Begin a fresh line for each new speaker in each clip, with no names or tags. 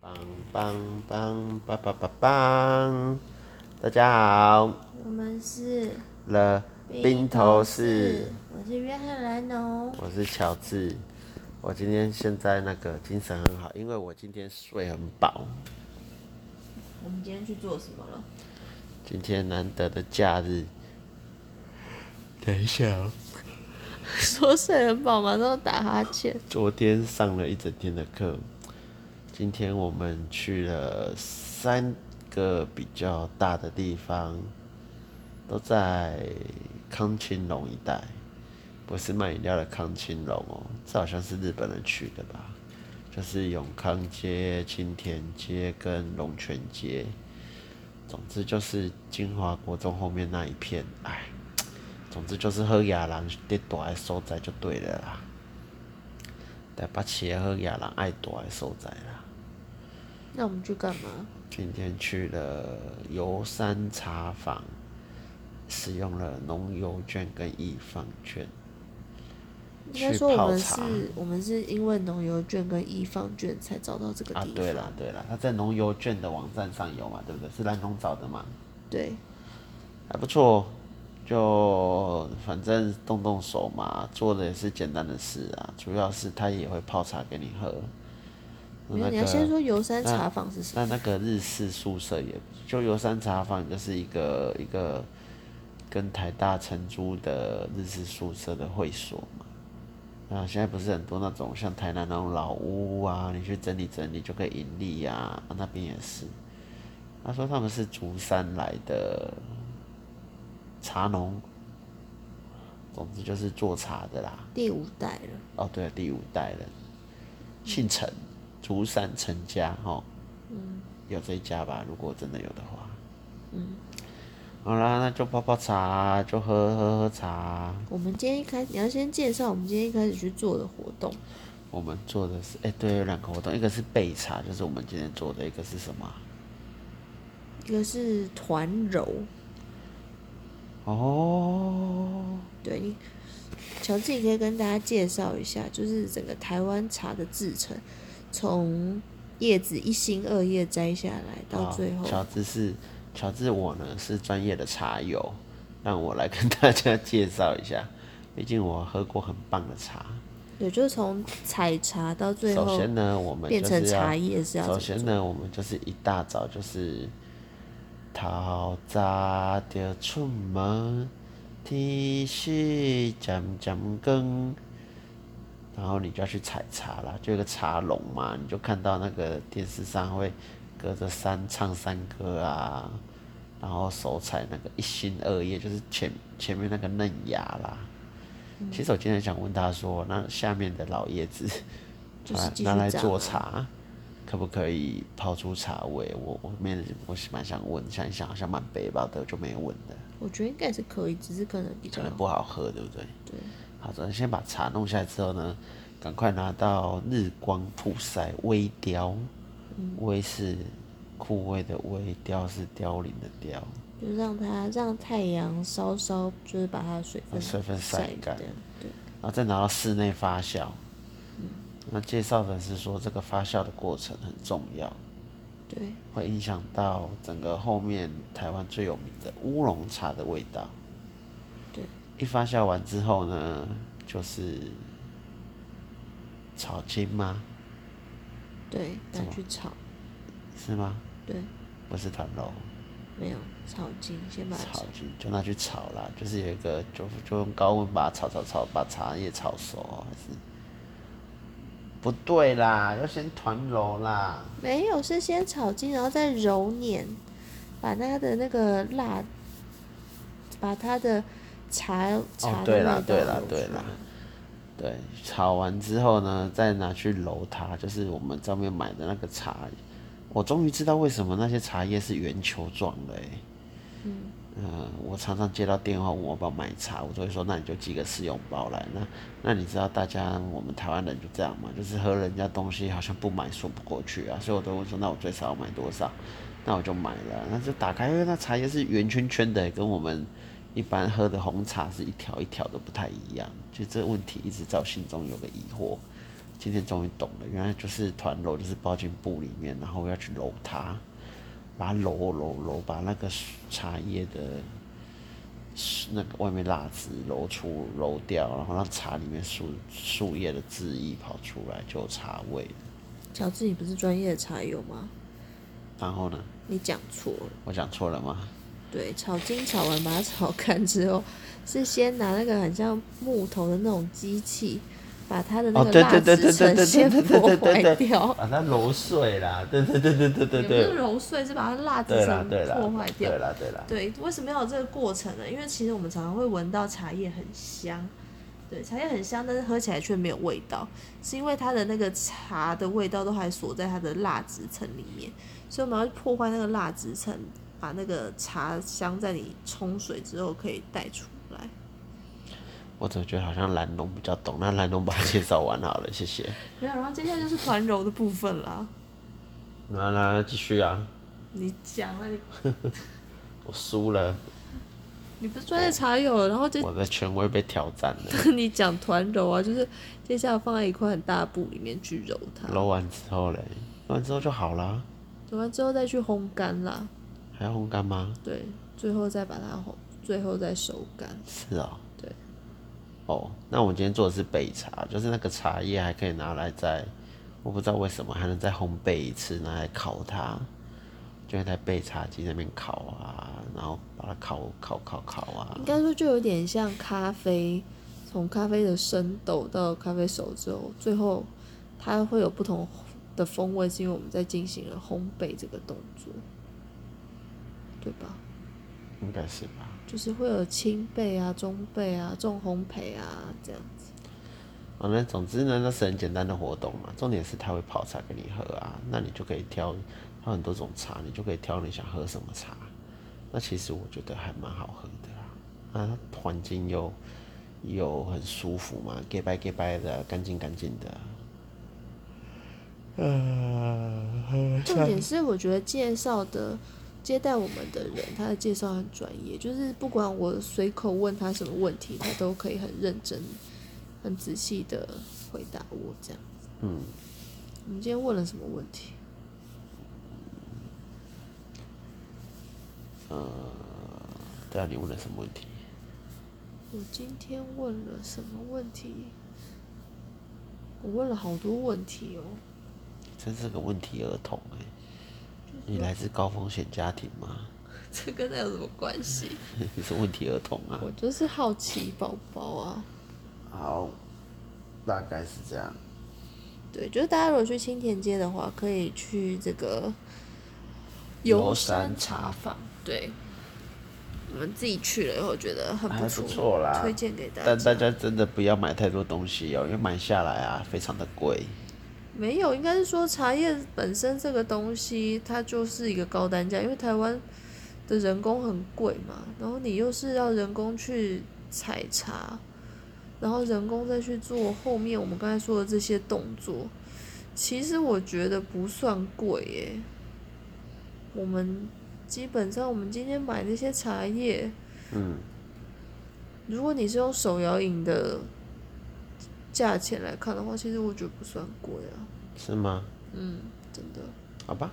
梆梆梆梆梆梆，大家好，
我们是
了冰头士，，
我是约翰兰农。
我是乔治。我今天现在那个精神很好，因为我今天睡很饱，
我们今天去做什么了？
今天难得的假日。等一下哦，
说睡很饱，马上打哈欠。
昨天上了一整天的课，今天我们去了三个比较大的地方，都在康青龙一带，不是卖饮料的康青龙哦，这好像是日本人去的吧？就是永康街、青田街跟龙泉街，总之就是金华国中后面那一片，哎，总之就是喝亚郎得大的所在就对了啦。台北市的好亚人爱大的所在啦。
那我们去干嘛？
今天去了游山茶坊，使用了农游券跟易放券，
应该
去
说我
泡
们
茶
是，我们是因为农游券跟易放券才找到这个
啊
地方。，
对啦对啦，他在农游券的网站上有嘛，对不对？是蓝农找的嘛，
对
还不错。就反正动动手嘛，做的也是简单的事啊，主要是他也会泡茶给你喝。
没有，
那
你要
个
先说游山茶坊是什么？
那那个日式宿舍也，就游山茶坊就是一个一个跟台大承租的日式宿舍的会所嘛。啊，现在不是很多那种像台南那种老屋啊，你去整理整理就可以盈利呀、啊，那边也是。他说他们是竹山来的茶农，总之就是做茶的啦。
第五代了，
哦，对了，第五代人，姓陈，竹山陈家，哈，嗯，有这一家吧？如果真的有的话，嗯，好啦，那就泡泡茶，就喝喝喝茶。
我们今天一开，你要先介绍我们今天一开始去做的活动。
我们做的是，哎、对，有两个活动，一个是备茶，就是我们今天做的，一个是什么啊？
一个是团柔，
哦，
对你，乔治，你可以跟大家介绍一下，就是整个台湾茶的制成，从叶子一心二叶摘下来到
好
最后，
乔治是乔治，我呢是专业的茶友，让我来跟大家介绍一下，毕竟我喝过很棒的茶。
对，就是从采茶到最
首
后
先呢，我们
变
就
成
是要
茶叶是要
首
怎么
先
做？
呢，我们就是一大早就是透早就出门，天色渐渐光，然后你就要去采茶啦，就有个茶农嘛，你就看到那个电视上会隔着山唱山歌啊，然后手采那个一心二叶，就是前前面那个嫩芽啦。
嗯
其实我今天想问他说，那下面的老叶子
就是继续
拿拿来
长
做
啊
茶，可不可以泡出茶味？我我面我是蛮想问，想一想好像蛮北吧的，我就没问的，
我觉得应该也是可以，只是可能比
可
较
能不好喝，对不对？
对，
好的，先把茶弄下来之后呢，赶快拿到日光曝晒微雕，
嗯
微是枯萎的微，雕是凋零的雕，
就让它让太阳稍稍就是把它的水分
水分晒
掉
干，
对，嗯
然后再拿到室内发酵。那介绍的是说这个发酵的过程很重要，
对，
会影响到整个后面台湾最有名的乌龙茶的味道。
对，
一发酵完之后呢，就是炒青吗？
对，拿去炒，
是吗？
对，
不是团肉，
没有炒金，先把它
炒就就拿去炒啦，就是有一个就就用高温把它炒炒炒，把茶叶炒熟哦还是？不对啦，要先团揉啦。
没有，是先炒金，然后再揉捻，把它的那个辣，把它的茶茶的
对
味
啦
道
对啦
揉
对
出
啦
来
对，炒完之后呢，再拿去揉它，就是我们上面买的那个茶。我终于知道为什么那些茶叶是圆球状的、欸。嗯、我常常接到电话问我要不要买茶，我都会说那你就寄个试用包来。那那你知道大家我们台湾人就这样嘛，就是喝人家东西好像不买说不过去啊，所以我都会说那我最少要买多少，那我就买了。那就打开，因为那茶叶是圆圈圈的、欸跟我们一般喝的红茶是一条一条的不太一样，就这问题一直在我心中有个疑惑。今天终于懂了，原来就是团揉，就是包进布里面，然后要去揉它，把它揉揉揉，把那个茶叶的那个外面蜡质揉出揉掉，然后让茶里面树树叶的汁液跑出来，就有茶味了。
乔治，你不是专业的茶友吗？
然后呢，
你讲错了。
我讲错了吗？
对，炒金炒完把它炒干之后，是先拿那个很像木头的那种机器，把它的那
哦
个
对
蜡
对对
质
对
层
对
先
对对
破
对
坏
对对
掉。
把它揉碎啦，对对对对对对
也不是
对，
揉碎，是把它蜡质
对啦
层
对啦
破坏掉
对。啦对啦，
对，为什么要有这个过程呢？因为其实我们常常会闻到茶叶很香，对，茶叶很香，但是喝起来却没有味道，是因为它的那个茶的味道都还锁在它的蜡质层里面，所以我们要破坏那个蜡质层，把那个茶香在你冲水之后可以带出来。
我怎么觉得好像蓝龙比较懂？那蓝龙把它介绍完好了，谢谢。
没有，然后接下来就是团揉的部分啦。
那那继续啊，
你讲了，你
我输了，
你不是专业茶友，然后就
我的权威被挑战了。
你讲团揉啊，就是接下来放在一块很大的布里面去揉它，
揉完之后嘞，揉完之后就好啦，
揉完之后再去烘干啦。
还要烘干吗？
对，最后再把它烘，最后再收干。
是哦。
对。
哦，那我们今天做的是焙茶，就是那个茶叶还可以拿来再，我不知道为什么还能再烘焙一次，拿来烤它，就会在焙茶机那边烤啊，然后把它烤烤烤烤啊
应。该说就有点像咖啡，从咖啡的生豆到咖啡熟之后，最后它会有不同的风味，是因为我们在进行了烘焙这个动作，对吧？
应该是吧？
就是会有轻焙啊、中焙啊、重烘焙啊这样子。
啊，那总之呢，那是很简单的活动嘛。重点是他会泡茶给你喝啊，那你就可以挑，它有很多种茶，你就可以挑你想喝什么茶。那其实我觉得还蛮好喝的啦，啊，环境又又很舒服嘛，gay 白 gay 白的，干净干净的。呃，
重点是，我觉得介绍的接待我们的人，他的介绍很专业，就是不管我随口问他什么问题，他都可以很认真、很仔细的回答我这样。
嗯，
我们今天问了什么问题？
对啊，你问了什么问题？
我今天问了什么问题？我问了好多问题哦。
真是个问题儿童哎、你来自高风险家庭吗？
这跟他有什么关系？
你是问题儿童啊？
我就是好奇宝宝啊。
好，大概是这样。
对，就是大家如果去青田街的话，可以去这个
游山茶
坊。对，我们自己去了以后觉得很
还
错，
不错啦
推荐给大
但
家。
大家真的不要买太多东西哦，因为买下来啊，非常的贵。
没有，应该是说茶叶本身这个东西，它就是一个高单价，因为台湾的人工很贵嘛，然后你又是要人工去采茶，然后人工再去做后面我们刚才说的这些动作，其实我觉得不算贵耶。我们基本上我们今天买那些茶叶，
嗯，
如果你是用手摇饮的价钱来看的话，其实我觉得不算贵啊，
是吗？
真的。
好吧。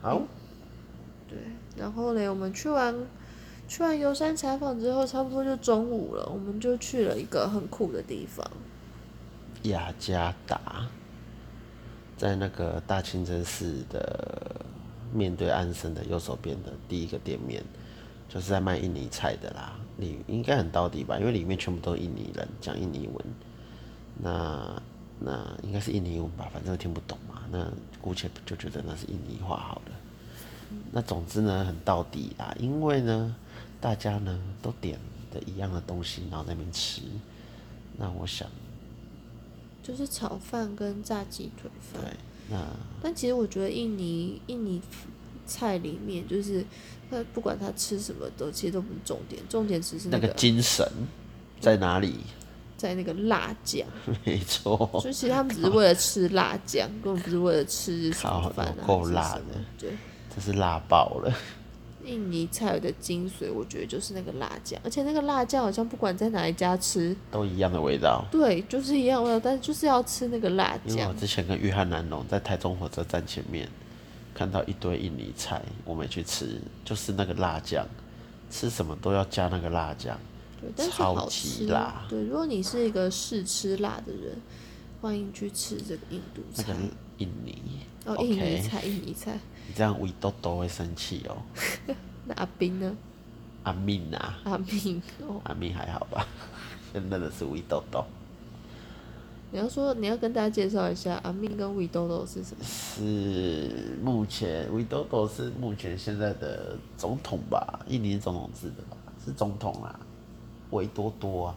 好，
对，然后嘞，我们去完去完游山采访之后，差不多就中午了，我们就去了一个很酷的地方。
雅加达，在那个大清真寺的面对安生的右手边的第一个店面，就是在卖印尼菜的啦。你应该很到底吧，因为里面全部都印尼人，讲印尼文。那那应该是印尼文吧，反正听不懂嘛。那姑且就觉得那是印尼话好了。那总之呢，很到底啦，因为呢，大家呢都点的一样的东西，然后在那边吃。那我想，
就是炒饭跟炸鸡腿
对
饭，，
那
但其实我觉得印尼印尼菜里面，就是它不管它吃什么都，其实都不是重点，重点只是
那
那
个
个
精神在哪里？
在那个辣酱，
没错，
就其实他们只是为了吃辣酱，根本不是为了吃什么
靠
饭啊，
有够
还是
辣
什么
的
对。
真是辣爆了。
印尼菜有的精髓，我觉得就是那个辣酱，而且那个辣酱好像不管在哪一家吃，
都一样的味道。
对，就是一样味道，但是就是要吃那个辣
因为我
酱。
之前跟约翰南龙在台中火车站前面看到一堆印尼菜，我们也去吃，就是那个辣酱，吃什么都要加那个辣酱。
对，但是
超
好
级
吃。
辣
对，如果你是一个试吃辣的人，欢迎去吃这个印度
那
菜
个，印尼
哦，印尼
，OK，
菜，印尼菜。
你这样维豆豆会生气哦。
那阿斌呢？
阿敏啊，
阿斌哦，
阿敏还好吧？ 现在的是维豆豆，
你要说你要跟大家介绍一下阿斌跟维豆豆是什么？
是目前维豆豆是目前现在的总统吧？印尼总统制的吧？是总统啦、维多多啊。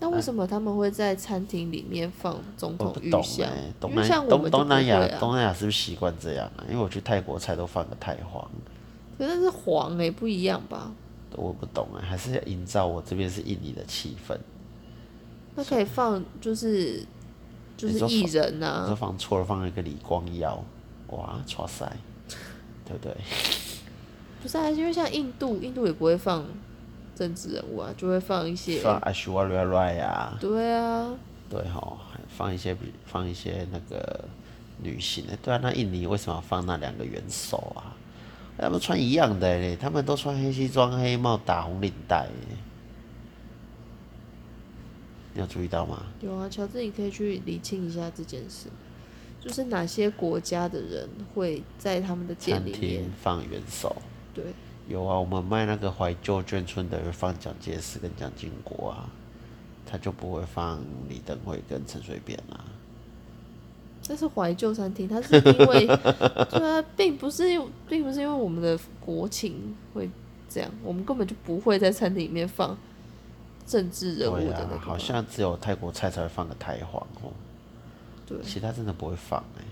那为什么他们会在餐厅里面放总
我
统
不
玉
懂
像
哎、？东
因为像
南
我
东
们就
东
不
南
会
亚
啊，
东南亚是不是习惯这样啊？因为我去泰国菜都放个太皇，
可是那是黄哎、不一样吧？
我不懂啊、还是要营造我这边是印尼的气氛。
那可以放就是就
你
是
说
艺
放
人啊
我
呐、
说放错了，放了一个李光耀，哇，哇塞，对不对？
不是啊，因为像印度，印度也不会放政治人物啊，就会放一些
放阿修哇瑞瑞呀，
对啊，
对吼，还放一些比放一些那个女性的、对啊，那印尼为什么要放那两个元首啊？他们穿一样的、欸，他们都穿黑西装、黑帽、打红领带、欸，你有注意到吗？
有啊，乔治，你可以去理清一下这件事，就是哪些国家的人会在他们的店
餐
里面
厅放元首，
对。
有啊，我们卖那个怀旧眷村的会放蒋介石跟蒋经国啊，他就不会放李登辉跟陈水扁啊。
这是怀旧餐厅，它是因 为对啊，并不是因为并不是因为我们的国情会这样，我们根本就不会在餐厅里面放政治人物
对
的那个
啊
嘛、，
好像只有泰国菜才会放个太皇哦，
对。
其他真的不会放哎、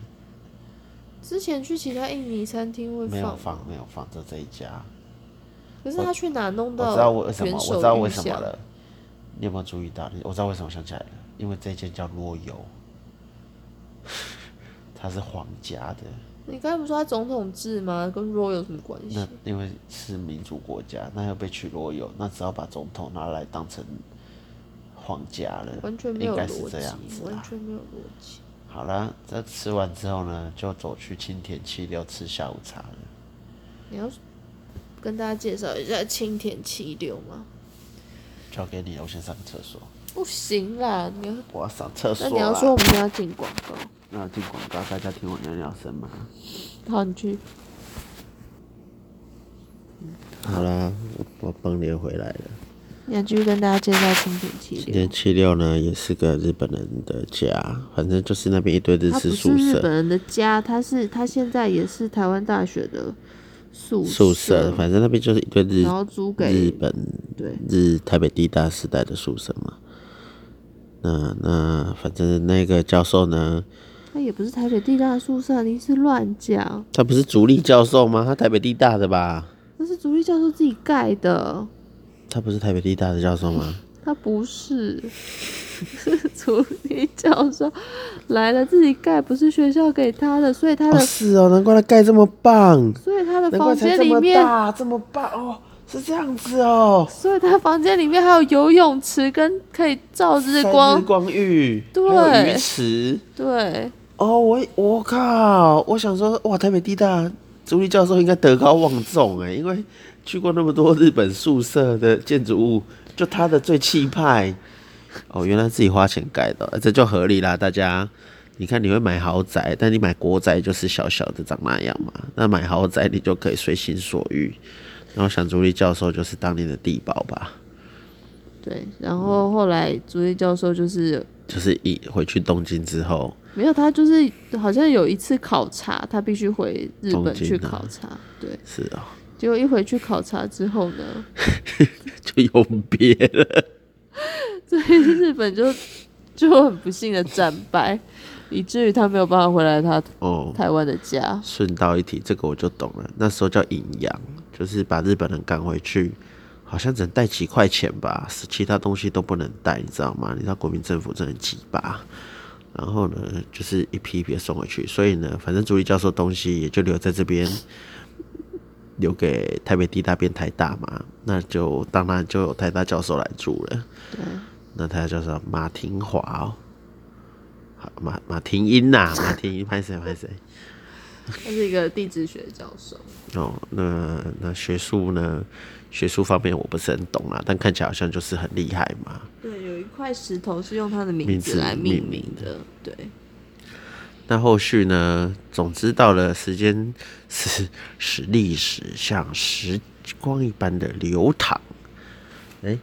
之前去其他印尼餐厅会
没有
放吗，
放，没有放，就这一家。
可是他去哪弄
我
到
知道为什么，
元
我
首
知道
玉
为什么
像
了。你有没有注意到？你我知道为什么想起来了，因为这间叫诺油， 它是皇家的，
你刚才不是说他总统制吗？跟 royal 有什么关系
那？因为是民主国家，那要被取罗有，那只要把总统拿来当成皇家了，
完全没
应
有
该
逻
是
辑
这样子，啊
完
啦。
全没有逻辑。
好啦，这吃完之后呢，就走去青田七六吃下午茶了。
你要跟大家介绍一下青田七六吗？
交给你了，我先上个厕所。
不行啦，你要
我要上厕所
那
啦。
你要说我们现在要进广告，
那进广告，大家听我尿尿声吗？
好，你去。
好啦，我帮你回来了。
你要继续跟大家介绍青田七
今
六
天，七六呢，也是个日本人的家，反正就是那边一堆日
它
式
不
宿
是日
舍
本，人的家，它是它现在也是台湾大学的宿
宿舍，反正那边就是一堆日
然后租
日
给
本
对
日台北地大时代的宿舍嘛。那那反正那个教授呢，
他也不是台北地大宿舍，您是乱讲，
他不是主力教授吗？他台北地大的吧？
那是竹立教授自己盖的，
他不是台北地大的教授吗？
他不是， 是竹立教授来了自己盖，不是学校给他的，所以他
哦，
的、
是哦，难怪他盖这么棒，
所以他的
难
房
怪才
间
这
里
么
面
大，这么棒哦，是这样子哦。
所以他房间里面还有游泳池跟可以照日光，
晒日光浴，
对
还有鱼池。
对，
哦，我我靠，我想说，哇，台北地大朱立教授应该德高望重哎，因为去过那么多日本宿舍的建筑物，就他的最气派。哦，原来自己花钱盖的，呃这就合理啦，大家。你看，你会买豪宅，但你买国宅就是小小的长那样嘛。那买豪宅，你就可以随心所欲。然后想朱立教授就是当年的地保吧，
对，然后后来竹叶教授就是
就是一回去东京之后，
没有他就是好像有一次考察，他必须回日
东
本
京
去
啊
考察，对，
是哦，
结果一回去考察之后呢，
就永别了。
所以日本就就很不幸的战败，以至于他没有办法回来他
哦，
台湾的家，
顺道一提，这个我就懂了。那时候叫引洋，就是把日本人赶回去，好像只能带几块钱吧，是其他东西都不能带，你知道吗？你知道国民政府真的很鸡巴。然后呢，就是一批一批地送回去，所以呢，反正朱立教授东西也就留在这边。留给台北地大变台大嘛，那就当然就有台大教授来住了。
对，
那台大教授马廷华哦，好马马廷英呐、马廷英拍谁拍谁
他是一个地质学教授。
哦。那那学术呢？学术方面我不是很懂啦，但看起来好像就是很厉害嘛。
对，有一块石头是用他的名
名
字
字
来
命
命名
名
的。对，
那后续呢？总之到了时间是是历史像时光一般的流淌，哎、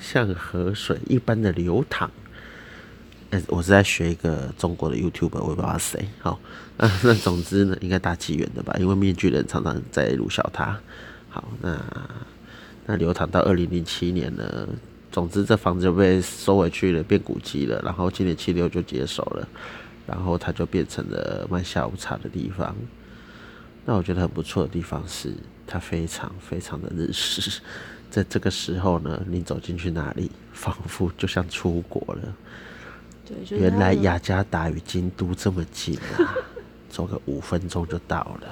像河水一般的流淌。哎、我是在学一个中国的 YouTuber，我也不知道他是谁。好，那那总之呢，应该大纪元的吧，因为面具人常常在鲁小他。好，那那流淌到二零零七年呢，总之这房子就被收回去了，变古迹了。然后今年七六就接手了，然后它就变成了卖下午茶的地方。那我觉得很不错的地方是，它非常非常的日式。在这个时候呢，你走进去哪里，仿佛就像出国了。
对，就是
原
他
来
的
雅加达与京都这么近啊，走个五分钟就到了。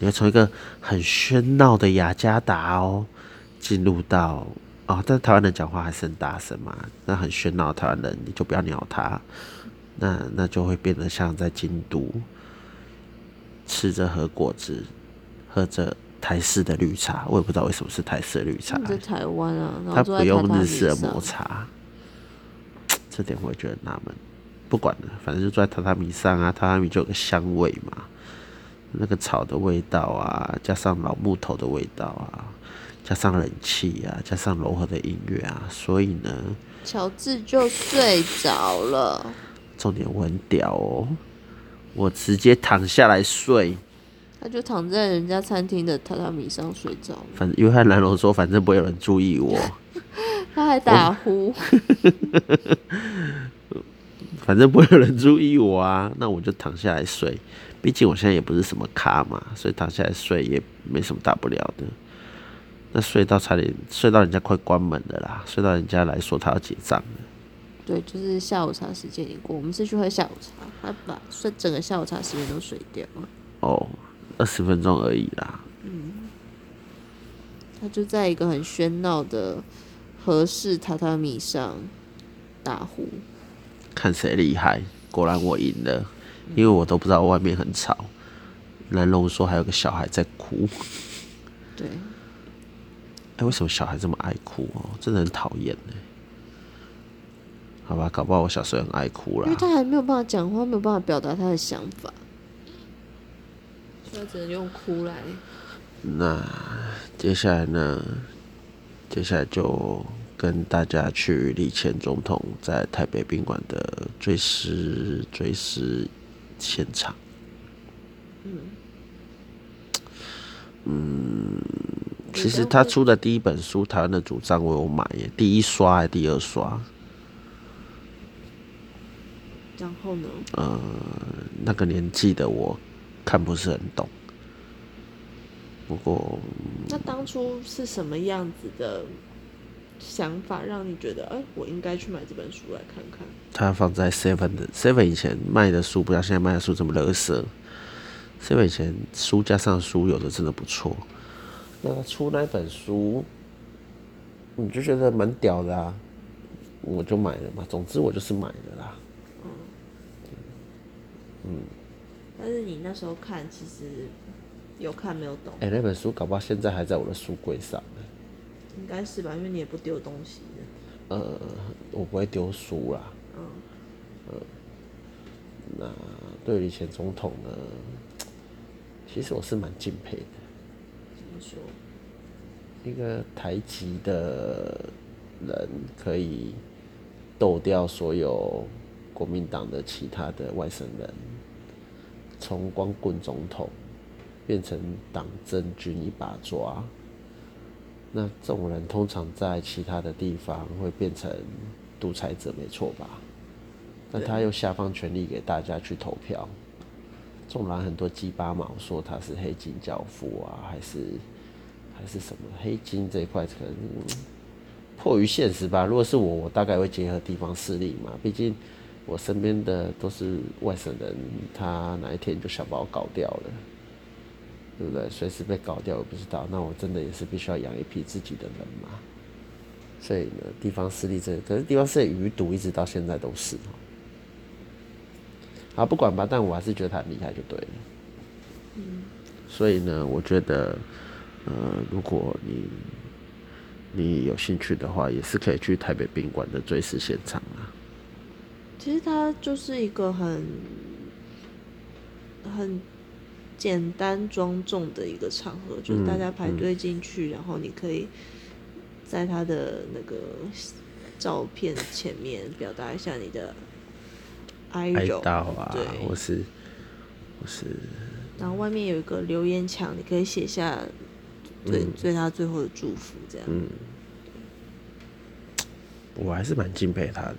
你会从一个很喧闹的雅加达哦，进入到哦，但台湾人讲话还是很大声嘛，那很喧闹的台湾人你就不要鸟他，那那就会变得像在京都，吃着和果子，喝着台式的绿茶，我也不知道为什么是台式的绿茶
他，们在台湾啊，然
它
后坐
不
在
用
榻榻
日
米
式的
上
摩擦，这点我也觉得很纳闷。不管了，反正就坐在榻榻米上啊，榻榻米就有个香味嘛，那个草的味道啊，加上老木头的味道啊，加上冷气啊，加上柔和的音乐啊，所以呢，
乔治就睡着了。
重点我很屌哦，我直接躺下来睡。
他就躺在人家餐厅的榻榻米上睡着了，
反正约翰·兰龙说，反正不会有人注意我，
他还打呼，
反正不会有人注意我啊，那我就躺下来睡。毕竟我现在也不是什么咖嘛，所以躺下来睡也没什么大不了的。那睡到差点睡到人家快关门了啦，睡到人家来说他要结账了。
对，就是下午茶时间已过，我们是去喝下午茶，他把睡整个下午茶时间都睡掉了。
哦，二十分钟而已啦。
他就在一个很喧闹的合适榻榻米上打呼，
看谁厉害。果然我赢了，因为我都不知道外面很吵。南龙说还有个小孩在哭，
对，
哎、为什么小孩这么爱哭哦？真的很讨厌呢。好吧，搞不好我小时候很爱哭啦
因为。他还没有办法讲话，没有办法表达他的想法，所以他只能用哭来。
那接下来呢？接下来就跟大家去李前总统在台北宾馆的追思追思现场。其实他出的第一本书《台湾的主张》，我有买耶，第一刷还是第二刷？
然后呢？
嗯那个年纪的我看不是很懂。不过
那当初是什么样子的想法让你觉得，哎、我应该去买这本书来看看？
它放在 Seven 的 Seven 以前卖的书，不像现在卖的书这么垃圾。Seven 以前书架上的书有的真的不错。那个出那本书，你就觉得蛮屌的啊，我就买了嘛。总之我就是买了啦。
但是你那时候看，其实有看没有懂，
哎、那本书搞不好现在还在我的书柜上呢。
应该是吧？因为你也不丢东西的。
呃，我不会丢书啦。呃
嗯，
那对于以前总统呢，其实我是蛮敬佩的。
怎么说？
一个台籍的人可以斗掉所有国民党的其他的外省人，从光棍总统变成党政军一把抓。那这种人通常在其他的地方会变成独裁者，没错吧？但他又下放权力给大家去投票，纵然很多鸡巴毛说他是黑金教父啊，还是还是什么黑金这一块，可能嗯迫于现实吧。如果是我，我大概会结合地方势力嘛，毕竟我身边的都是外省人，他哪一天就想把我搞掉了。对不对？随时被搞掉，我不知道。那我真的也是必须要养一批自己的人嘛。所以呢，地方势力这个，可是地方势力余毒一直到现在都是哦。好，不管吧，但我还是觉得他很厉害就对了。
嗯
所以呢，我觉得，呃，如果你你有兴趣的话，也是可以去台北宾馆的追思现场啊。
其实它就是一个很很简单庄重的一个场合，就是
嗯
大家排队进去，然后你可以在他的那个照片前面表达一下你的哀
哀
悼，
悼啊，
对
或是或是
然后外面有一个留言墙，你可以写下对、
嗯
对他最后的祝福，这样。
我还是蛮敬佩他的。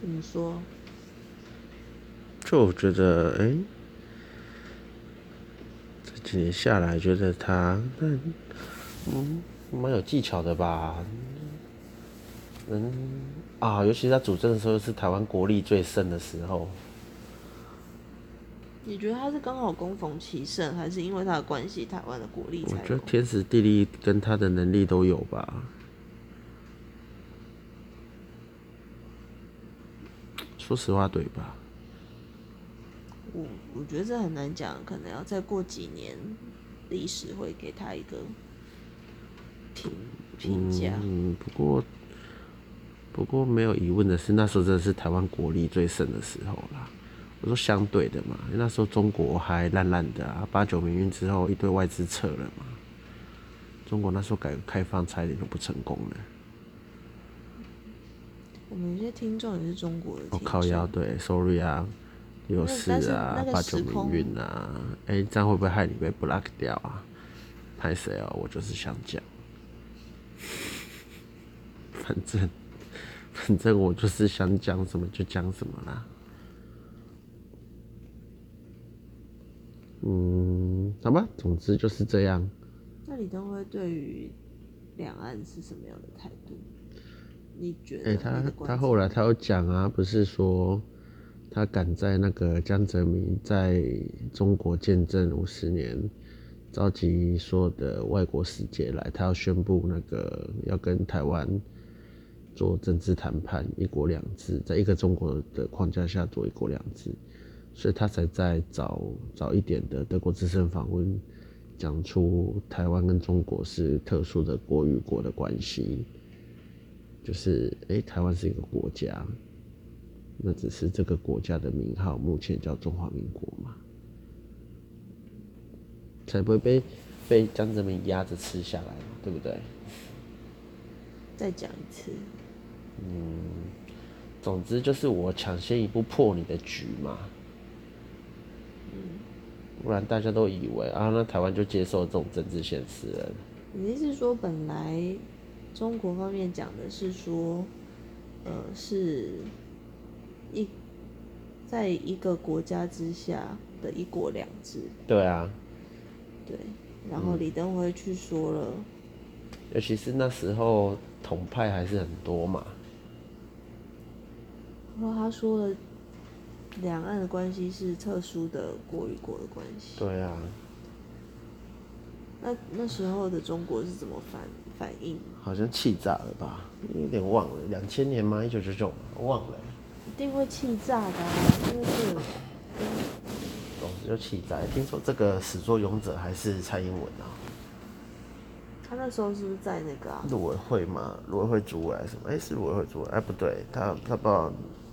怎么说？
就我觉得，哎、这几年下来，觉得他，嗯，嗯，蛮有技巧的吧。能啊，尤其是他主政的时候，是台湾国力最盛的时候。
你觉得他是刚好攻逢其盛，还是因为他的关系，台湾的国力
我
才
觉得
有
天时地利跟他的能力都有吧。说实话，对吧？
我我觉得这很难讲，可能要再过几年，历史会给他一个评评价。
嗯，不过不过没有疑问的是，那时候真的是台湾国力最盛的时候啦。我说相对的嘛，因为那时候中国还烂烂的啊，八九民运之后一堆外资撤了嘛，中国那时候改革开放差一点就不成功了。
我们有些听众也是中国的
我、哦
听众，
靠腰对，sorry 啊，六四
但是
啊
那，个
八九
时
民
空
运啊，哎、这样会不会害你被 block 掉啊？拍谁哦，我就是想讲，反正反正我就是想讲什么就讲什么啦。嗯，好吧，总之就是这样。
那李登辉对于两岸是什么样的态度？你觉
哎、
得？
他
你的观
他
察
后来他有讲啊，不是说他敢在那个江泽民在中国见证五十年，召集所有的外国使节来，他要宣布那个要跟台湾做政治谈判，一国两制，在一个中国的框架下做一国两制，所以他才在早早一点的德国之声访问。讲出台湾跟中国是特殊的国与国的关系，就是诶，台湾是一个国家，那只是这个国家的名号目前叫中华民国嘛，才不会被被江泽民压着吃下来嘛，对不对？
再讲一次，
总之就是我抢先一步破你的局嘛，不然大家都以为啊，那台湾就接受这种政治现实了。
你的意思是说，本来中国方面讲的是说，呃，是一在一个国家之下的一国两制，
对啊，
对，然后李登辉去说了，
尤其是那时候统派还是很多嘛，
然后他说了，两岸的关系是特殊的国与国的关系。
对啊，
那那时候的中国是怎么反反应？
好像气炸了吧？有点忘了，两千年吗？一九九九，忘了，
一定会气炸的、啊，因为这个
总之就气炸。听说这个始作俑者还是蔡英文啊，
他那时候是不是在那个啊？
陆委会嘛，陆委会主委还是什么？哎、是陆委会主委？哎、不对，他他不知道，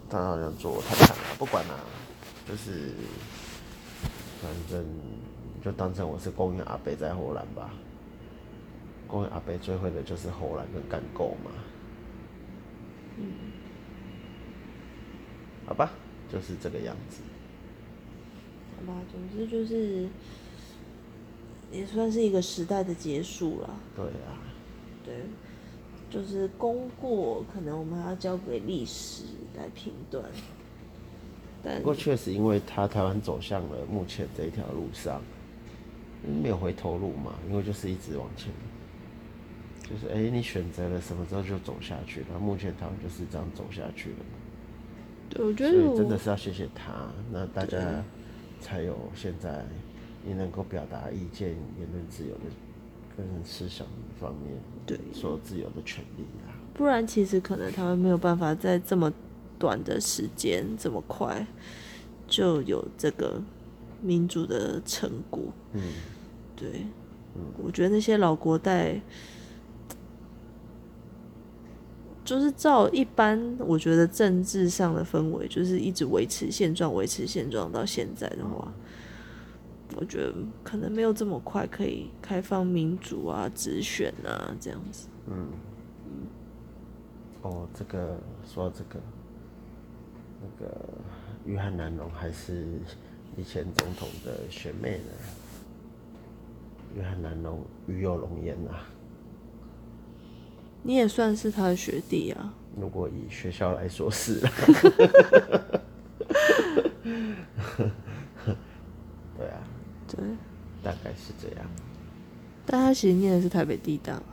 他好像做他看了，不管啦、就是反正就当成我是公园阿北在荷兰吧。公园阿北最会的就是荷兰跟干够嘛。好吧，就是这个样子。
好吧，总之就是也算是一个时代的结束了。
对啊，
对，就是功过，可能我们还要交给历史来评断。但
不过确实因为他台湾走向了目前这一条路上，没有回头路嘛，因为就是一直往前，就是哎、诶你选择了什么之后就走下去了，那目前台湾就是这样走下去了，
对，我觉
所
得
以真
我
的是要谢谢他。那大家才有现在你能够表达意见、言论自由的个人思想方面，
对，
所有自由的权利啊。
不然其实可能台湾没有办法在这么短的时间这么快就有这个民主的成果。
嗯，
对，我觉得那些老国代，就是照一般我觉得政治上的氛围，就是一直维持现状，维持现状到现在的话，我觉得可能没有这么快可以开放民主啊、直选啊这样子。
哦，这个说到这个，那个约翰南龙还是以前总统的学妹呢。约翰南龙与有龙焉啊！
你也算是他的学弟啊，
如果以学校来说是 啦，对啊，
对，
大概是这样。
但他其实念的是台北地大吧？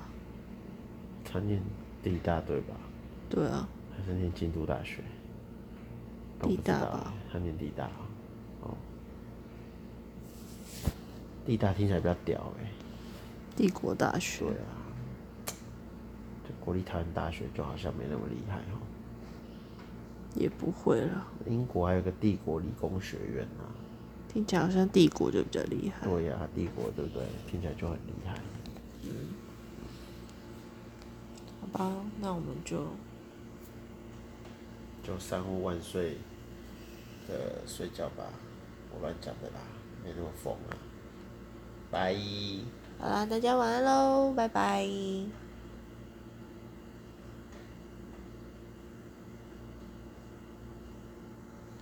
他念地大对吧？
对啊，
还是念京都大学？我
地
不知
大
道
吧
欸，他念地大哦。哦，地大听起来比较屌哎、
帝国大学
对。啊，就国立台湾大学就好像没那么厉害哦。
也不会了，
英国还有个帝国理工学院啊，
听起来好像帝国就比较厉害。
对呀、啊帝国对不对？听起来就很厉害。
好吧，那我们就
就三呼万岁的睡觉吧，我乱讲的啦，没那么疯啊。拜。
好啦，大家晚安喽，拜拜。